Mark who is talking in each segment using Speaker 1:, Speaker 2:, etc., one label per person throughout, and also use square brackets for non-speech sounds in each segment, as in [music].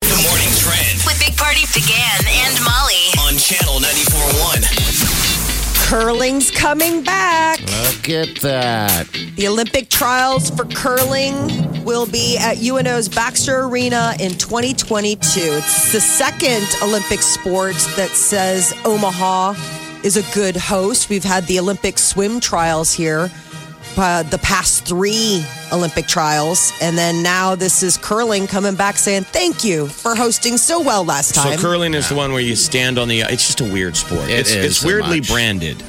Speaker 1: The morning trend
Speaker 2: with Big Party began and Molly.
Speaker 1: on channel 94.1.
Speaker 3: Curling's coming back.
Speaker 4: Look at Uh, that.
Speaker 3: The Olympic trials for curling will be at UNO's Baxter Arena in 2022. It's the second Olympic sport that says Omaha is a good host. We've had the Olympic swim trials here, uh, the past three Olympic trials. And then now this is curling coming back saying, thank you for hosting so well last
Speaker 5: So
Speaker 3: time.
Speaker 5: curling is the one where you stand on the. It's just a weird sport.
Speaker 4: It
Speaker 5: it's,
Speaker 4: is
Speaker 5: it's
Speaker 4: so
Speaker 5: weirdly
Speaker 4: much.
Speaker 5: branded.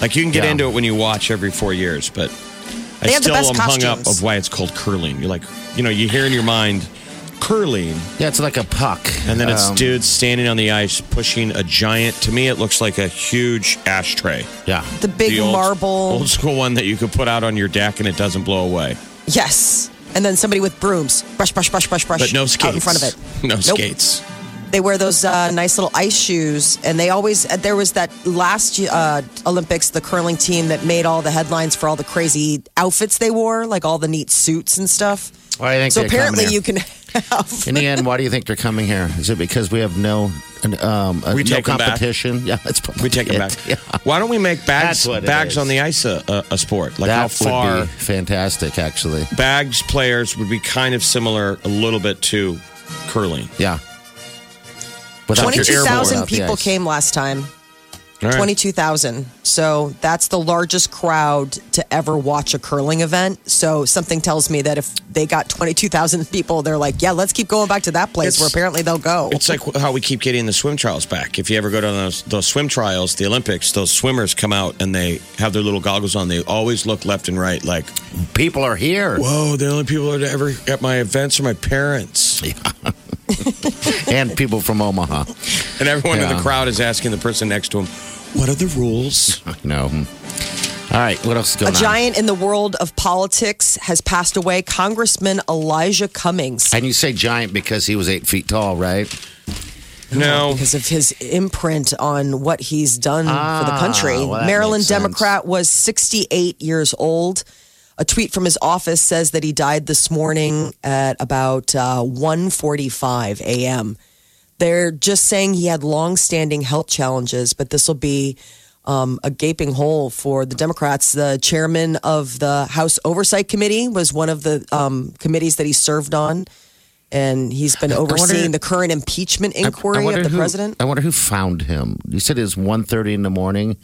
Speaker 5: Like you can get
Speaker 4: Yeah.
Speaker 5: into it when you watch every four years, but I
Speaker 3: They have the
Speaker 5: still
Speaker 3: best
Speaker 5: am hung up
Speaker 3: costumes.
Speaker 5: of why it's called curling. You're like, you know, you hear in your mind curling,
Speaker 4: Yeah, it's like a puck.
Speaker 5: and then it's
Speaker 4: Um,
Speaker 5: dudes standing on the ice pushing a giant. To me, it looks like a huge ashtray.
Speaker 4: Yeah.
Speaker 3: the big
Speaker 5: The old-
Speaker 3: marble.
Speaker 5: old school one that you could put out on your deck and it doesn't blow away.
Speaker 3: Yes. And then somebody with brooms, brush, brush, brush, brush, brush,
Speaker 5: But no skates
Speaker 3: out in front of it.
Speaker 5: [laughs] No
Speaker 3: Nope.
Speaker 5: skates.
Speaker 3: They wear those uh, nice little ice shoes, and they always. uh, There was that last uh, Olympics, the curling team that made all the headlines for all the crazy outfits they wore, like all the neat suits and stuff.
Speaker 4: Why do you think
Speaker 3: so
Speaker 4: they're coming
Speaker 3: apparently,
Speaker 4: here?
Speaker 3: you can [laughs] have
Speaker 4: In the end, why do you think they're coming here? Is it because we have no um, uh,
Speaker 5: We
Speaker 4: no
Speaker 5: take 'em back.
Speaker 4: competition? [laughs] Yeah, it's probably
Speaker 5: We take it back.
Speaker 4: [laughs] Yeah.
Speaker 5: Why don't we make bags
Speaker 4: That's what it
Speaker 5: bags
Speaker 4: is.
Speaker 5: on the ice a, a, a sport? Like how
Speaker 4: That
Speaker 5: far
Speaker 4: would be fantastic, actually.
Speaker 5: bags players would be kind of similar a little bit to curling.
Speaker 4: Yeah. Without your
Speaker 3: twenty-two
Speaker 4: airborne
Speaker 3: thousand
Speaker 4: out the
Speaker 3: people
Speaker 4: ice.
Speaker 3: came last time.
Speaker 5: All right.
Speaker 3: 22,000. So that's the largest crowd to ever watch a curling event. So something tells me that if they got 22,000 people, they're like, yeah, let's keep going back to that place
Speaker 5: It's-
Speaker 3: where apparently they'll go.
Speaker 5: It's like how we keep getting the swim trials back. If you ever go to those, those swim trials, the Olympics, those swimmers come out and they have their little goggles on. They always look left and right like,
Speaker 4: People are here.
Speaker 5: whoa, the only people that are ever at my events are my parents.
Speaker 4: And people from Omaha.
Speaker 5: And everyone in
Speaker 4: Yeah.
Speaker 5: the crowd is asking the person next to them, what are the rules?
Speaker 4: No. All right, what else is
Speaker 3: a
Speaker 4: going on?
Speaker 3: giant in the world of politics has passed away, Congressman Elijah Cummings.
Speaker 4: And you say giant because he was eight feet tall, right?
Speaker 5: No.
Speaker 3: because of his imprint on what he's done for the country.
Speaker 4: Ah, well, that
Speaker 3: Maryland
Speaker 4: makes sense.
Speaker 3: Democrat was 68 years old. A tweet from his office says that he died this morning at about uh, 1:45 a.m. They're just saying he had long-standing health challenges, but this will be um, a gaping hole for the Democrats. The chairman of the House Oversight Committee was one of the um, committees that he served on, and he's been
Speaker 4: I wonder-
Speaker 3: overseeing the current impeachment
Speaker 4: I- I
Speaker 3: inquiry
Speaker 4: wonder
Speaker 3: of the
Speaker 4: who-
Speaker 3: president.
Speaker 4: I wonder who found him. You said it was 1.30 in the morning.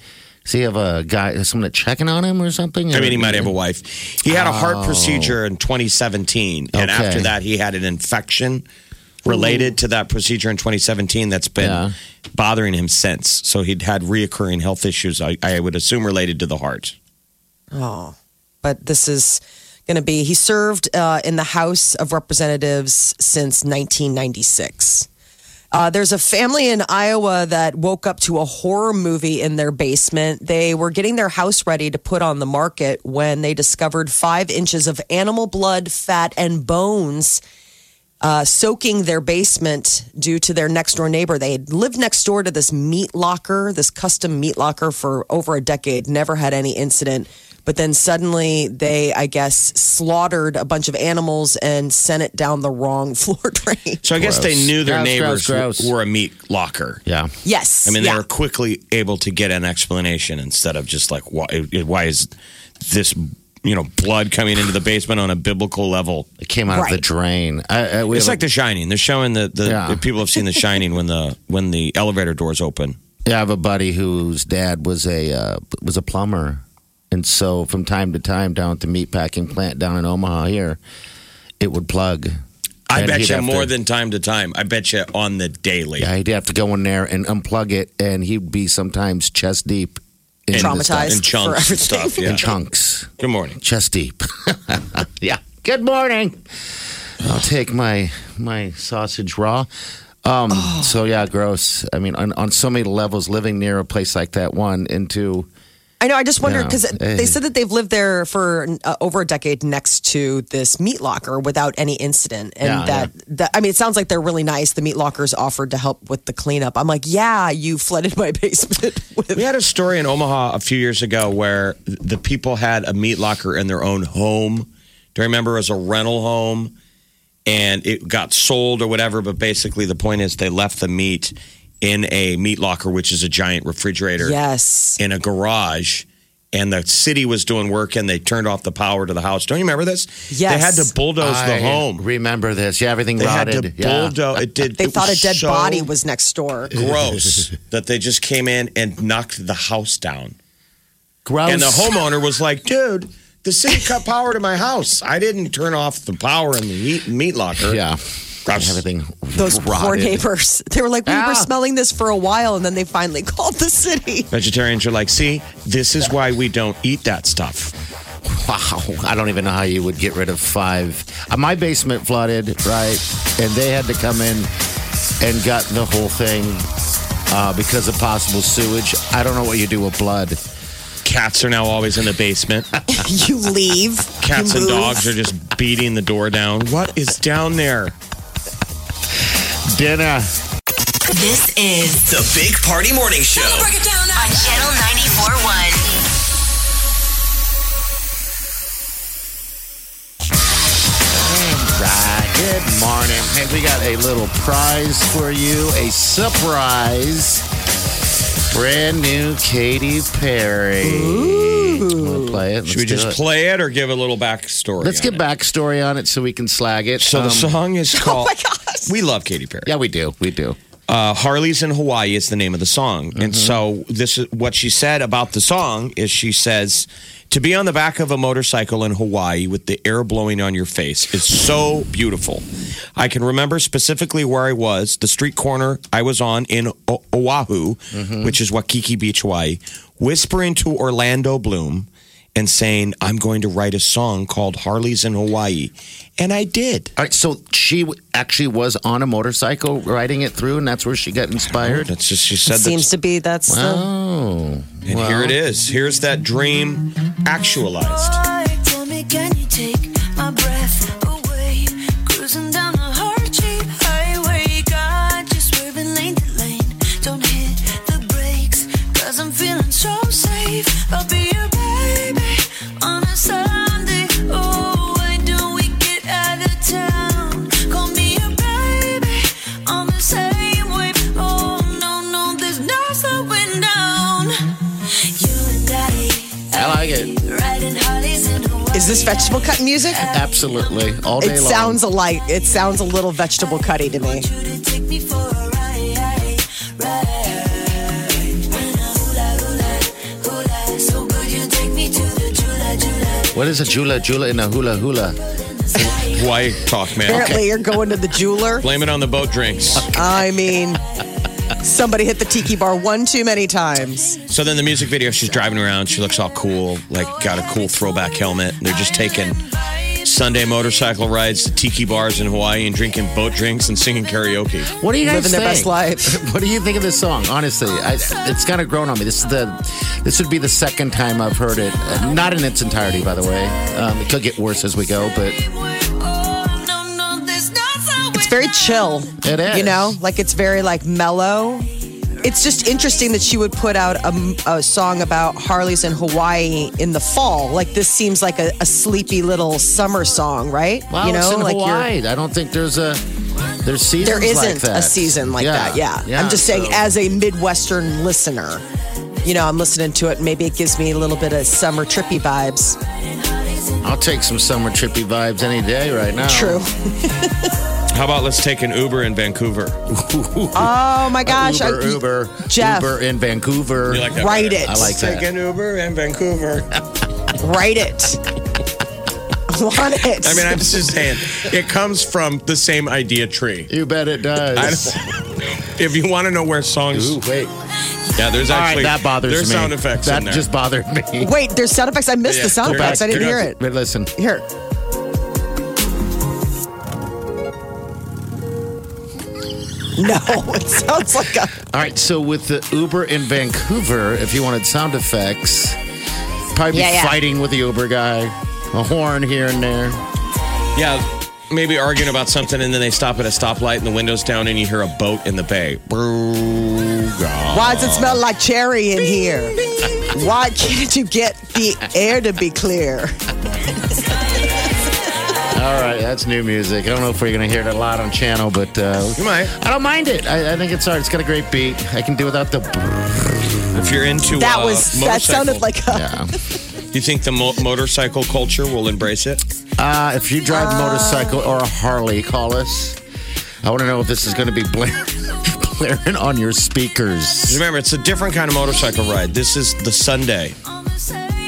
Speaker 4: Does he have a guy, someone checking on him or something?
Speaker 5: I mean, he might have a wife. He had a heart procedure in 2017, and
Speaker 4: Oh. Okay.
Speaker 5: after that, he had an infection related to that procedure in 2017 that's been
Speaker 4: Yeah.
Speaker 5: bothering him since. So he'd had reoccurring health issues, I, I would assume, related to the heart.
Speaker 3: Oh, but this is going to be. He served uh, in the House of Representatives since 1996. Uh, there's a family in Iowa that woke up to a horror movie in their basement. They were getting their house ready to put on the market when they discovered five inches of animal blood, fat, and bones uh, soaking their basement due to their next door neighbor. They had lived next door to this meat locker, this custom meat locker for over a decade, never had any incident. But then suddenly they, I guess, slaughtered a bunch of animals and sent it down the wrong [laughs] floor drain.
Speaker 5: So I guess they
Speaker 4: Gross.
Speaker 5: knew their
Speaker 4: Gross,
Speaker 5: neighbors
Speaker 4: gross, gross.
Speaker 5: were a meat locker.
Speaker 4: Yeah.
Speaker 3: Yes.
Speaker 5: I mean,
Speaker 3: yeah.
Speaker 5: they were quickly able to get an explanation instead of just like, why, why is this, you know, blood coming into the basement on a biblical level?
Speaker 4: It came out of the
Speaker 3: Right.
Speaker 4: drain. I, I, we
Speaker 5: It's
Speaker 4: have a-
Speaker 5: like The Shining. They're showing the, the,
Speaker 4: Yeah.
Speaker 5: the people have seen The Shining when the when the elevator doors open.
Speaker 4: Yeah, I have a buddy whose dad was a uh, was a plumber, and so from time to time down at the meat packing plant down in Omaha here, it would plug.
Speaker 5: I
Speaker 4: And
Speaker 5: bet
Speaker 4: he'd
Speaker 5: you
Speaker 4: have
Speaker 5: more
Speaker 4: to-
Speaker 5: than time to time. I bet you on the daily.
Speaker 4: Yeah, he'd have to go in there and unplug it, and he'd be sometimes chest deep in the
Speaker 3: Traumatized.
Speaker 4: stuff-
Speaker 5: And chunks
Speaker 3: For
Speaker 5: and stuff.
Speaker 4: in
Speaker 5: Yeah. [laughs]
Speaker 4: chunks,
Speaker 5: Good morning.
Speaker 4: chest deep. [laughs] yeah. Good morning. I'll take my my sausage raw. Um,
Speaker 5: Oh.
Speaker 4: So yeah, gross. I mean, on, on so many levels, living near a place like that, one and two.
Speaker 3: I know. I just wondered
Speaker 4: Yeah.
Speaker 3: because
Speaker 4: Eh.
Speaker 3: they said that they've lived there for uh, over a decade next to this meat locker without any incident, and
Speaker 4: Yeah,
Speaker 3: that, that I mean, it sounds like they're really nice. The meat lockers offered to help with the cleanup. I'm like, yeah, you flooded my [laughs] basement with
Speaker 5: We had a story in Omaha a few years ago where the people had a meat locker in their own home. Do you remember it was a rental home and it got sold or whatever? But basically, the point is they left the meat in a meat locker, which is a giant refrigerator
Speaker 3: yes,
Speaker 5: in a garage. And the city was doing work and they turned off the power to the house. Don't you remember this? They had
Speaker 3: Yes.
Speaker 5: to bulldoze the
Speaker 4: I
Speaker 5: home.
Speaker 4: Remember this? Yeah, everything
Speaker 5: They had
Speaker 4: rotted.
Speaker 5: to
Speaker 4: yeah.
Speaker 5: bulldoze. It did.
Speaker 3: they
Speaker 5: it
Speaker 3: thought a
Speaker 5: was
Speaker 3: dead
Speaker 5: so
Speaker 3: body was next door.
Speaker 4: [laughs]
Speaker 5: gross that they just came in and knocked the house down.
Speaker 3: Oh,
Speaker 4: Gross.
Speaker 5: And the homeowner was like, dude, the city cut power to my house. I didn't turn off the power in the heat, meat locker.
Speaker 4: Yeah.
Speaker 5: Gross.
Speaker 4: Everything.
Speaker 3: Those poor
Speaker 4: rotted.
Speaker 3: neighbors. They were like, we
Speaker 4: Ah.
Speaker 3: were smelling this for a while, and then they finally [laughs] called the city. [laughs]
Speaker 5: Vegetarians are like, see, this is why we don't eat that stuff.
Speaker 4: Wow. I don't even know how you would get rid of five. Uh, My basement flooded, right? And they had to come in and gut the whole thing uh, because of possible sewage. I don't know what you do with blood.
Speaker 5: Cats are now always in the basement.
Speaker 3: you leave.
Speaker 5: Cats
Speaker 3: you
Speaker 5: and
Speaker 3: move. [laughs]
Speaker 5: dogs are just beating the door down. What is down there?
Speaker 4: Dinner.
Speaker 2: This is
Speaker 1: The Big Party Morning Show.
Speaker 2: Break it down on Channel 94.1.
Speaker 4: Right. Good morning. Hey, we got a little prize for you. A surprise. Brand new Katy Perry. Wanna play it?
Speaker 5: Should we just play it or give a little backstory?
Speaker 4: Let's
Speaker 5: on
Speaker 4: get
Speaker 5: it?
Speaker 4: backstory on it so we can slag it.
Speaker 5: So the
Speaker 4: Um,
Speaker 5: song [laughs] is called.
Speaker 3: Oh my gosh.
Speaker 5: We love Katy Perry.
Speaker 4: Yeah, we do. We do.
Speaker 5: uh, Harley's in Hawaii is the name of the song. And so this is what she said about the song is she says to be on the back of a motorcycle in Hawaii with the air blowing on your face is so beautiful. I can remember specifically where I was, the street corner I was on in o- Oahu, which is Waikiki Beach, Hawaii, whispering to Orlando Bloom and saying, "I'm going to write a song called Harley's in Hawaii." And I did.
Speaker 4: All right, so she w- actually was on a motorcycle riding it through, and that's where she got inspired.
Speaker 5: That's just she said that
Speaker 3: Seems to be that's the.
Speaker 4: Oh,
Speaker 5: And here it is. Here's that dream actualized.
Speaker 4: I like it.
Speaker 3: Is this vegetable cut music?
Speaker 4: Absolutely, all day
Speaker 3: It
Speaker 4: long.
Speaker 3: sounds alike. It sounds a little vegetable cutty to me.
Speaker 4: What is a jula jula in a hula hula?
Speaker 5: Why talk, man?
Speaker 3: Apparently, you're going to the
Speaker 4: [laughs]
Speaker 3: jeweler.
Speaker 5: Blame it on the boat drinks.
Speaker 3: I mean, somebody hit the tiki bar one too many times.
Speaker 5: So then the music video, she's driving around. She looks all cool, like got a cool throwback helmet. They're just taking Sunday motorcycle rides to tiki bars in Hawaii and drinking boat drinks and singing karaoke.
Speaker 4: What do you guys
Speaker 3: Living their
Speaker 4: think?
Speaker 3: best
Speaker 4: [laughs]
Speaker 3: life.
Speaker 4: What do you think of this song? Honestly, I, it's kind of grown on me. This is the this would be the second time I've heard it, Uh, not in its entirety, by the way. Um, it could get worse as we go, but
Speaker 3: It's very chill.
Speaker 4: It is.
Speaker 3: You know, like it's very like mellow. It's just interesting that she would put out a, a song about Harley's in Hawaii in the fall. Like this seems like a, a sleepy little summer song, right?
Speaker 4: wow,
Speaker 3: you know,
Speaker 4: it's in
Speaker 3: like you're-
Speaker 4: Hawaii. I don't think there's a there's seasons.
Speaker 3: there isn't
Speaker 4: like
Speaker 3: a
Speaker 4: that.
Speaker 3: season like that. Yeah. I'm just saying,
Speaker 4: so-
Speaker 3: as a Midwestern listener, you know, I'm listening to it. Maybe it gives me a little bit of summer trippy vibes.
Speaker 4: I'll take some summer trippy vibes any day right now.
Speaker 3: True.
Speaker 5: How about let's take an Uber in Vancouver?
Speaker 3: Oh my gosh.
Speaker 4: Uber,
Speaker 3: I,
Speaker 4: Uber,
Speaker 3: Jeff.
Speaker 4: Uber in Vancouver.
Speaker 5: You like that?
Speaker 3: Write
Speaker 5: better?
Speaker 3: it.
Speaker 4: I like
Speaker 5: Take
Speaker 4: that.
Speaker 5: an Uber in Vancouver.
Speaker 3: Write it. I want it.
Speaker 5: I mean, I'm just saying, it comes from the same idea tree.
Speaker 4: You bet it
Speaker 5: I
Speaker 4: does.
Speaker 5: don't, if you want to know where songs,
Speaker 4: Ooh, wait.
Speaker 5: yeah, there's
Speaker 4: All right,
Speaker 5: actually
Speaker 4: that bothers
Speaker 5: there's
Speaker 4: me.
Speaker 5: sound effects
Speaker 4: That
Speaker 5: in there.
Speaker 4: just bothered me.
Speaker 3: Wait, there's sound effects. I missed
Speaker 5: Yeah,
Speaker 3: the sound
Speaker 5: go back,
Speaker 3: effects. I didn't
Speaker 5: go
Speaker 3: hear
Speaker 5: back.
Speaker 3: it.
Speaker 4: But listen,
Speaker 3: Here. No, it sounds like a.
Speaker 4: All right, so with the Uber in Vancouver, if you wanted sound effects, probably
Speaker 6: Yeah,
Speaker 4: be
Speaker 6: yeah.
Speaker 4: fighting with the Uber guy, a horn here and there.
Speaker 5: Yeah, maybe arguing about something, and then they stop at a stoplight, and the window's down, and you hear a boat in the bay. Brrrr, God.
Speaker 3: Why does it smell like cherry in here? Why can't you get the air to be clear?
Speaker 4: All right, that's new music. I don't know if we're going to hear it a lot on channel, but uh,
Speaker 5: You might.
Speaker 4: I don't mind it. I, I think it's all right. It's got a great beat. I can do without the.
Speaker 5: If you're into
Speaker 3: That
Speaker 5: uh,
Speaker 3: was that sounded
Speaker 5: motorcycle,
Speaker 3: like a.
Speaker 4: Yeah.
Speaker 5: Do you think the mo- motorcycle culture will embrace it?
Speaker 4: Uh, if you drive a motorcycle or a Harley, call us. I want to know if this is going to be blaring, [laughs] blaring on your speakers.
Speaker 5: Remember, it's a different kind of motorcycle ride. This is the Sunday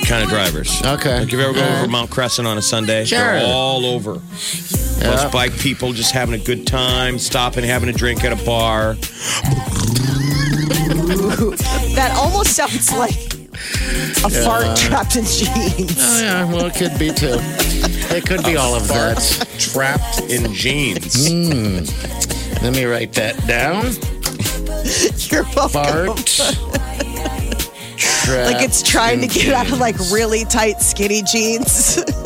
Speaker 5: kind of drivers.
Speaker 4: Okay.
Speaker 5: Like if you ever go
Speaker 4: All right.
Speaker 5: over Mount Crescent on a Sunday,
Speaker 4: Sure.
Speaker 5: they're all over. Those bike people just having a good time, stopping, having a drink at a bar.
Speaker 3: That almost sounds like a fart trapped in
Speaker 4: [laughs]
Speaker 3: jeans.
Speaker 4: Oh, yeah, well, it could be too. It could be all of that. Hmm.
Speaker 5: Trapped in jeans.
Speaker 4: Let me write that down.
Speaker 3: You're welcome.
Speaker 5: [laughs]
Speaker 4: Fart. Trap.
Speaker 3: Like it's trying to get out of like really tight skinny jeans. [laughs]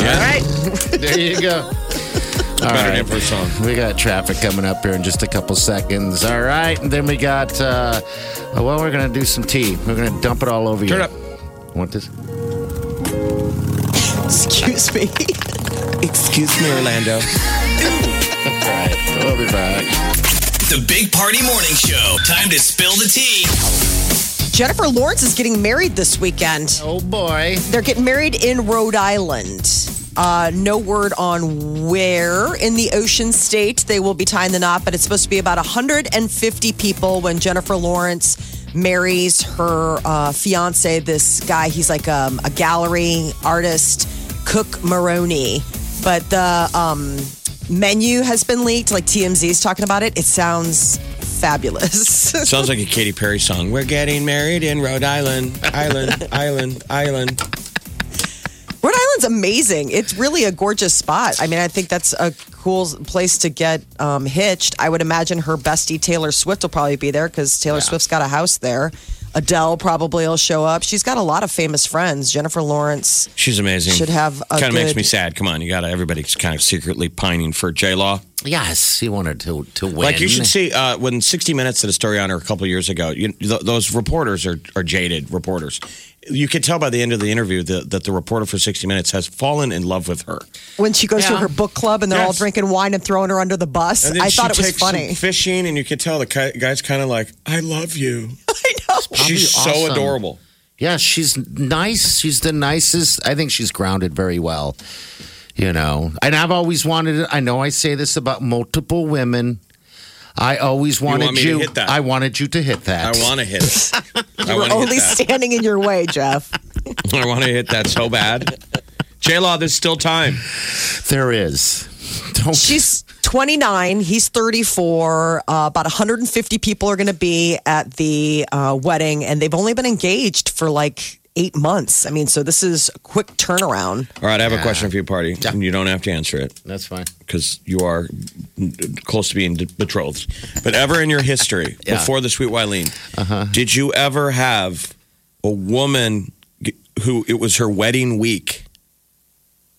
Speaker 4: All right. [laughs] There you go. All
Speaker 5: Better
Speaker 4: right.
Speaker 5: name for a song.
Speaker 4: We got traffic coming up here in just a couple seconds. All right. And then we got, uh, well, we're going to do some tea. We're going to dump it all over you.
Speaker 5: Turn up.
Speaker 4: Want this?
Speaker 3: Excuse me.
Speaker 5: Excuse me, Orlando.
Speaker 4: All right. We'll be back.
Speaker 1: The Big Party Morning Show. Oh, Time to spill the tea.
Speaker 3: Jennifer Lawrence is getting married this weekend.
Speaker 4: Oh, boy.
Speaker 3: They're getting married in Rhode Island. Uh, no word on where in the ocean state they will be tying the knot, but it's supposed to be about 150 people when Jennifer Lawrence marries her uh, fiance, this guy. He's like um, a gallery artist, Cook Maroney. But the um, menu has been leaked, like TMZ's talking about it. It sounds fabulous. [laughs]
Speaker 5: Sounds like a Katy Perry song. We're getting married in Rhode Island, Island,
Speaker 3: [laughs]
Speaker 5: Island, Island.
Speaker 3: Rhode Island's amazing. It's really a gorgeous spot. I mean, I think that's a cool place to get um, hitched. I would imagine her bestie Taylor Swift will probably be there because Taylor Swift's got a house there. Adele probably will show up. She's got a lot of famous friends. Jennifer Lawrence.
Speaker 5: She's amazing.
Speaker 3: Should have a
Speaker 5: kind of makes
Speaker 3: good-
Speaker 5: me sad. Come on, you got to everybody's kind of secretly pining for J Law.
Speaker 4: Yes. He wanted to, to win.
Speaker 5: Like you should see uh, when 60 Minutes did a story on her a couple years ago. You, th- those reporters are, are jaded reporters. You could tell by the end of the interview that, that the reporter for 60 Minutes has fallen in love with her.
Speaker 3: When she goes to
Speaker 4: Yeah.
Speaker 3: her book club and they're all
Speaker 5: Yes.
Speaker 3: drinking wine and throwing her under the bus,
Speaker 5: And then
Speaker 3: I
Speaker 5: she
Speaker 3: thought it was
Speaker 5: takes some
Speaker 3: funny.
Speaker 5: Fishing, and you could tell the ki- guy's kind of like, "I love you."
Speaker 3: [laughs] I know.
Speaker 5: She's so
Speaker 4: awesome.
Speaker 5: adorable.
Speaker 4: Yeah, she's nice. She's the nicest. I think she's grounded very well. You know, and I've always wanted. I know I say this about multiple women. I always wanted
Speaker 5: want me to hit that.
Speaker 4: I wanted you to hit
Speaker 5: I
Speaker 4: that.
Speaker 5: want to
Speaker 3: [laughs]
Speaker 5: hit. it. I
Speaker 3: We're
Speaker 5: want to
Speaker 3: only
Speaker 5: hit that.
Speaker 3: standing in your way, Jeff.
Speaker 5: I want to hit that so bad. J Law, there's still time.
Speaker 4: there is. Don't.
Speaker 3: She's 29. He's 34. Uh, about 150 people are going to be at the uh, wedding, and they've only been engaged for like eight months. I mean, so this is a quick turnaround.
Speaker 5: All right, I have a question for you, party, and you don't have to answer it.
Speaker 4: that's fine.
Speaker 5: because you are close to being betrothed. But ever in your history,
Speaker 4: [laughs] Yeah. Uh-huh.
Speaker 5: before the sweet Wileen, did you ever have a woman g- who it was her wedding week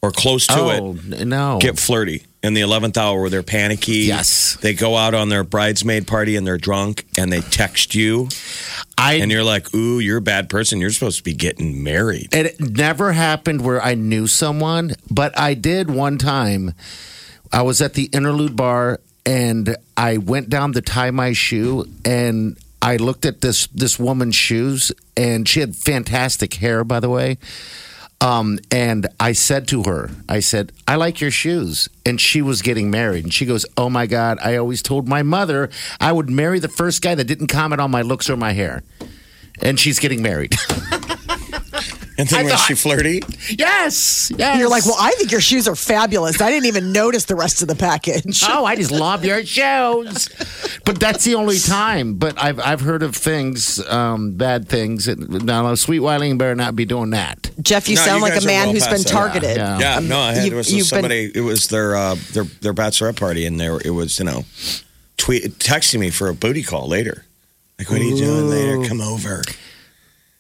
Speaker 5: or close to
Speaker 4: oh
Speaker 5: it
Speaker 4: n- no!
Speaker 5: get flirty in the eleventh hour where they're panicky?
Speaker 4: Yes.
Speaker 5: they go out on their bridesmaid party and they're drunk and they text you
Speaker 4: I
Speaker 5: and you're like, "Ooh, you're a bad person. You're supposed to be getting married."
Speaker 4: it never happened where I knew someone, but I did one time. I was at the interlude bar and I went down to tie my shoe and I looked at this this woman's shoes and she had fantastic hair by the way. Um, and I said to her, I said, I like your shoes. And she was getting married. And she goes, Oh my God, I always told my mother I would marry the first guy that didn't comment on my looks or my hair. And she's getting married. [laughs]
Speaker 5: And then was she flirty?
Speaker 4: yes. Yes.
Speaker 3: You're like, well,
Speaker 4: [laughs]
Speaker 3: I think your shoes are fabulous. I didn't even notice the rest of the
Speaker 5: [laughs]
Speaker 3: package.
Speaker 4: Oh, I just love your shows. But that's the only time. But I've I've heard of things, um, bad things. that- Now, Sweet Wileen better not be doing that.
Speaker 3: Jeff, you
Speaker 5: No,
Speaker 3: sound
Speaker 5: you
Speaker 3: like a
Speaker 5: guys are
Speaker 3: man
Speaker 5: well
Speaker 3: who's been
Speaker 5: past that.
Speaker 3: targeted.
Speaker 4: Yeah.
Speaker 5: Yeah, no, I had,
Speaker 3: you-
Speaker 5: there was
Speaker 3: you've been-
Speaker 5: somebody. It was their uh, their their bachelorette party, and there it was you know tweet texting me for a booty call later. Like, what are you doing later? Come over.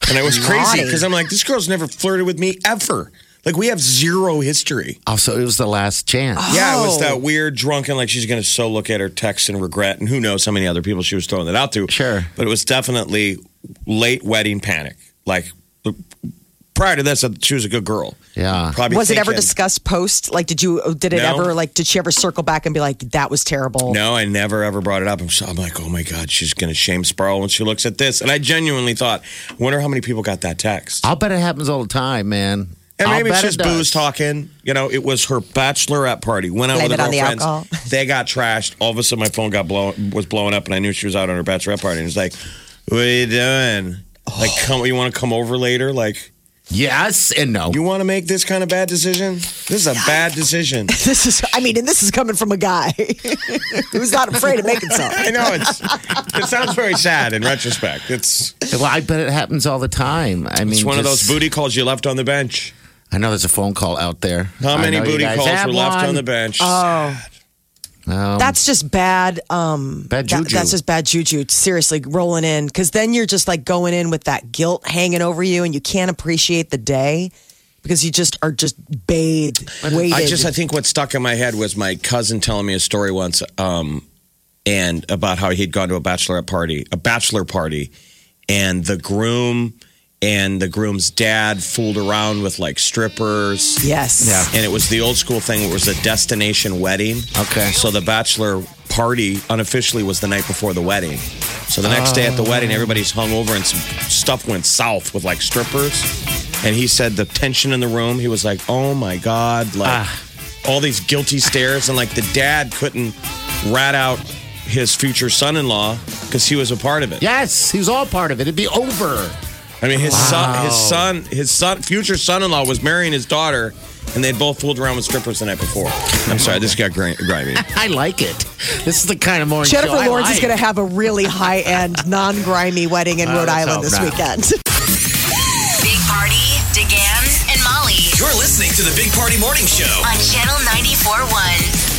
Speaker 5: And I was crazy because I'm like, this girl's never flirted with me ever. Like, we have zero history.
Speaker 4: Also, it was the last chance.
Speaker 5: Yeah, it was
Speaker 3: Oh.
Speaker 5: that weird drunken, like she's going to so look at her text and regret, and who knows how many other people she was throwing that out to.
Speaker 4: Sure.
Speaker 5: But it was definitely late wedding panic. Like, prior to this, uh, she was a good girl.
Speaker 4: Yeah.
Speaker 5: Probably
Speaker 3: was it ever
Speaker 5: thinking-
Speaker 3: discussed post? Like, did you? uh, Did it
Speaker 5: No.
Speaker 3: ever? Like, did she ever circle back and be like, "That was terrible"?
Speaker 5: No, I never ever brought it up. I'm, so, I'm like, oh my God, she's going to shame Sparrow when she looks at this. And I genuinely thought, I wonder how many people got that text.
Speaker 4: I'll bet it happens all the time, man.
Speaker 5: And
Speaker 4: I'll
Speaker 5: maybe it's
Speaker 4: bet it
Speaker 5: just
Speaker 4: does.
Speaker 5: booze talking. You know, it was her bachelorette party. Went out
Speaker 3: Blame
Speaker 5: with
Speaker 3: it
Speaker 5: her
Speaker 3: on the
Speaker 5: girlfriends.
Speaker 3: alcohol.
Speaker 5: [laughs] They got trashed. All of a sudden, my phone got blown was blowing up, and I knew she was out on her bachelorette party. And it's like, what are you doing? Like,
Speaker 4: Oh.
Speaker 5: come, you want to come over later? Like,
Speaker 4: Yes and no.
Speaker 5: you want to make this kind of bad decision? This is a bad
Speaker 4: [laughs]
Speaker 5: decision.
Speaker 3: [laughs] This is. I mean, and this is coming from a guy [laughs] who's not afraid of making some.
Speaker 5: [laughs] I know it's. It sounds very sad in retrospect. It's
Speaker 4: well, I bet it happens all the time. I mean,
Speaker 5: it's one of those
Speaker 4: just-
Speaker 5: booty calls you left on the bench.
Speaker 4: I know there's a phone call out there.
Speaker 5: How
Speaker 4: I
Speaker 5: many
Speaker 4: know you
Speaker 5: booty
Speaker 4: guys
Speaker 5: calls
Speaker 4: have
Speaker 5: were left
Speaker 4: one. Oh,
Speaker 5: on the bench?
Speaker 4: Um,
Speaker 3: That's just bad. Um,
Speaker 4: Bad
Speaker 3: that-
Speaker 4: juju.
Speaker 3: that's just bad juju. Seriously, rolling in because then you're just like going in with that guilt hanging over you, and you can't appreciate the day because you just are just bathed, weighted.
Speaker 5: I just, I think what stuck in my head was my cousin telling me a story once, um, and about how he'd gone to a bachelorette party, a bachelor party, and the groom and the groom's dad fooled around with like strippers.
Speaker 3: yes.
Speaker 5: And it was the old school thing where it was a destination wedding.
Speaker 4: Okay.
Speaker 5: So the bachelor party unofficially was the night before the wedding. So the next day at the wedding, everybody's hung over and some stuff went south with like strippers. And he said the tension in the room, he was like, oh my God, like all these guilty stares. And like the dad couldn't rat out his future son in law because he was a part of it.
Speaker 4: yes, he was all part of it. It'd be over.
Speaker 5: I mean, his son, his son, his son, future son-in-law was marrying his daughter, and they both fooled around with strippers the night before. I'm sorry, this got gri- grimy.
Speaker 4: I like it. This is the kind of morning
Speaker 3: Jennifer
Speaker 4: show I
Speaker 3: Lawrence is
Speaker 4: like.
Speaker 3: going to have a really high end, non grimy wedding in Rhode
Speaker 4: let's
Speaker 3: Island
Speaker 4: hope
Speaker 3: this
Speaker 4: not.
Speaker 3: weekend.
Speaker 2: Big Party, DeGan, and Molly
Speaker 1: You're listening to the Big Party Morning Show.
Speaker 2: on Channel 94.1.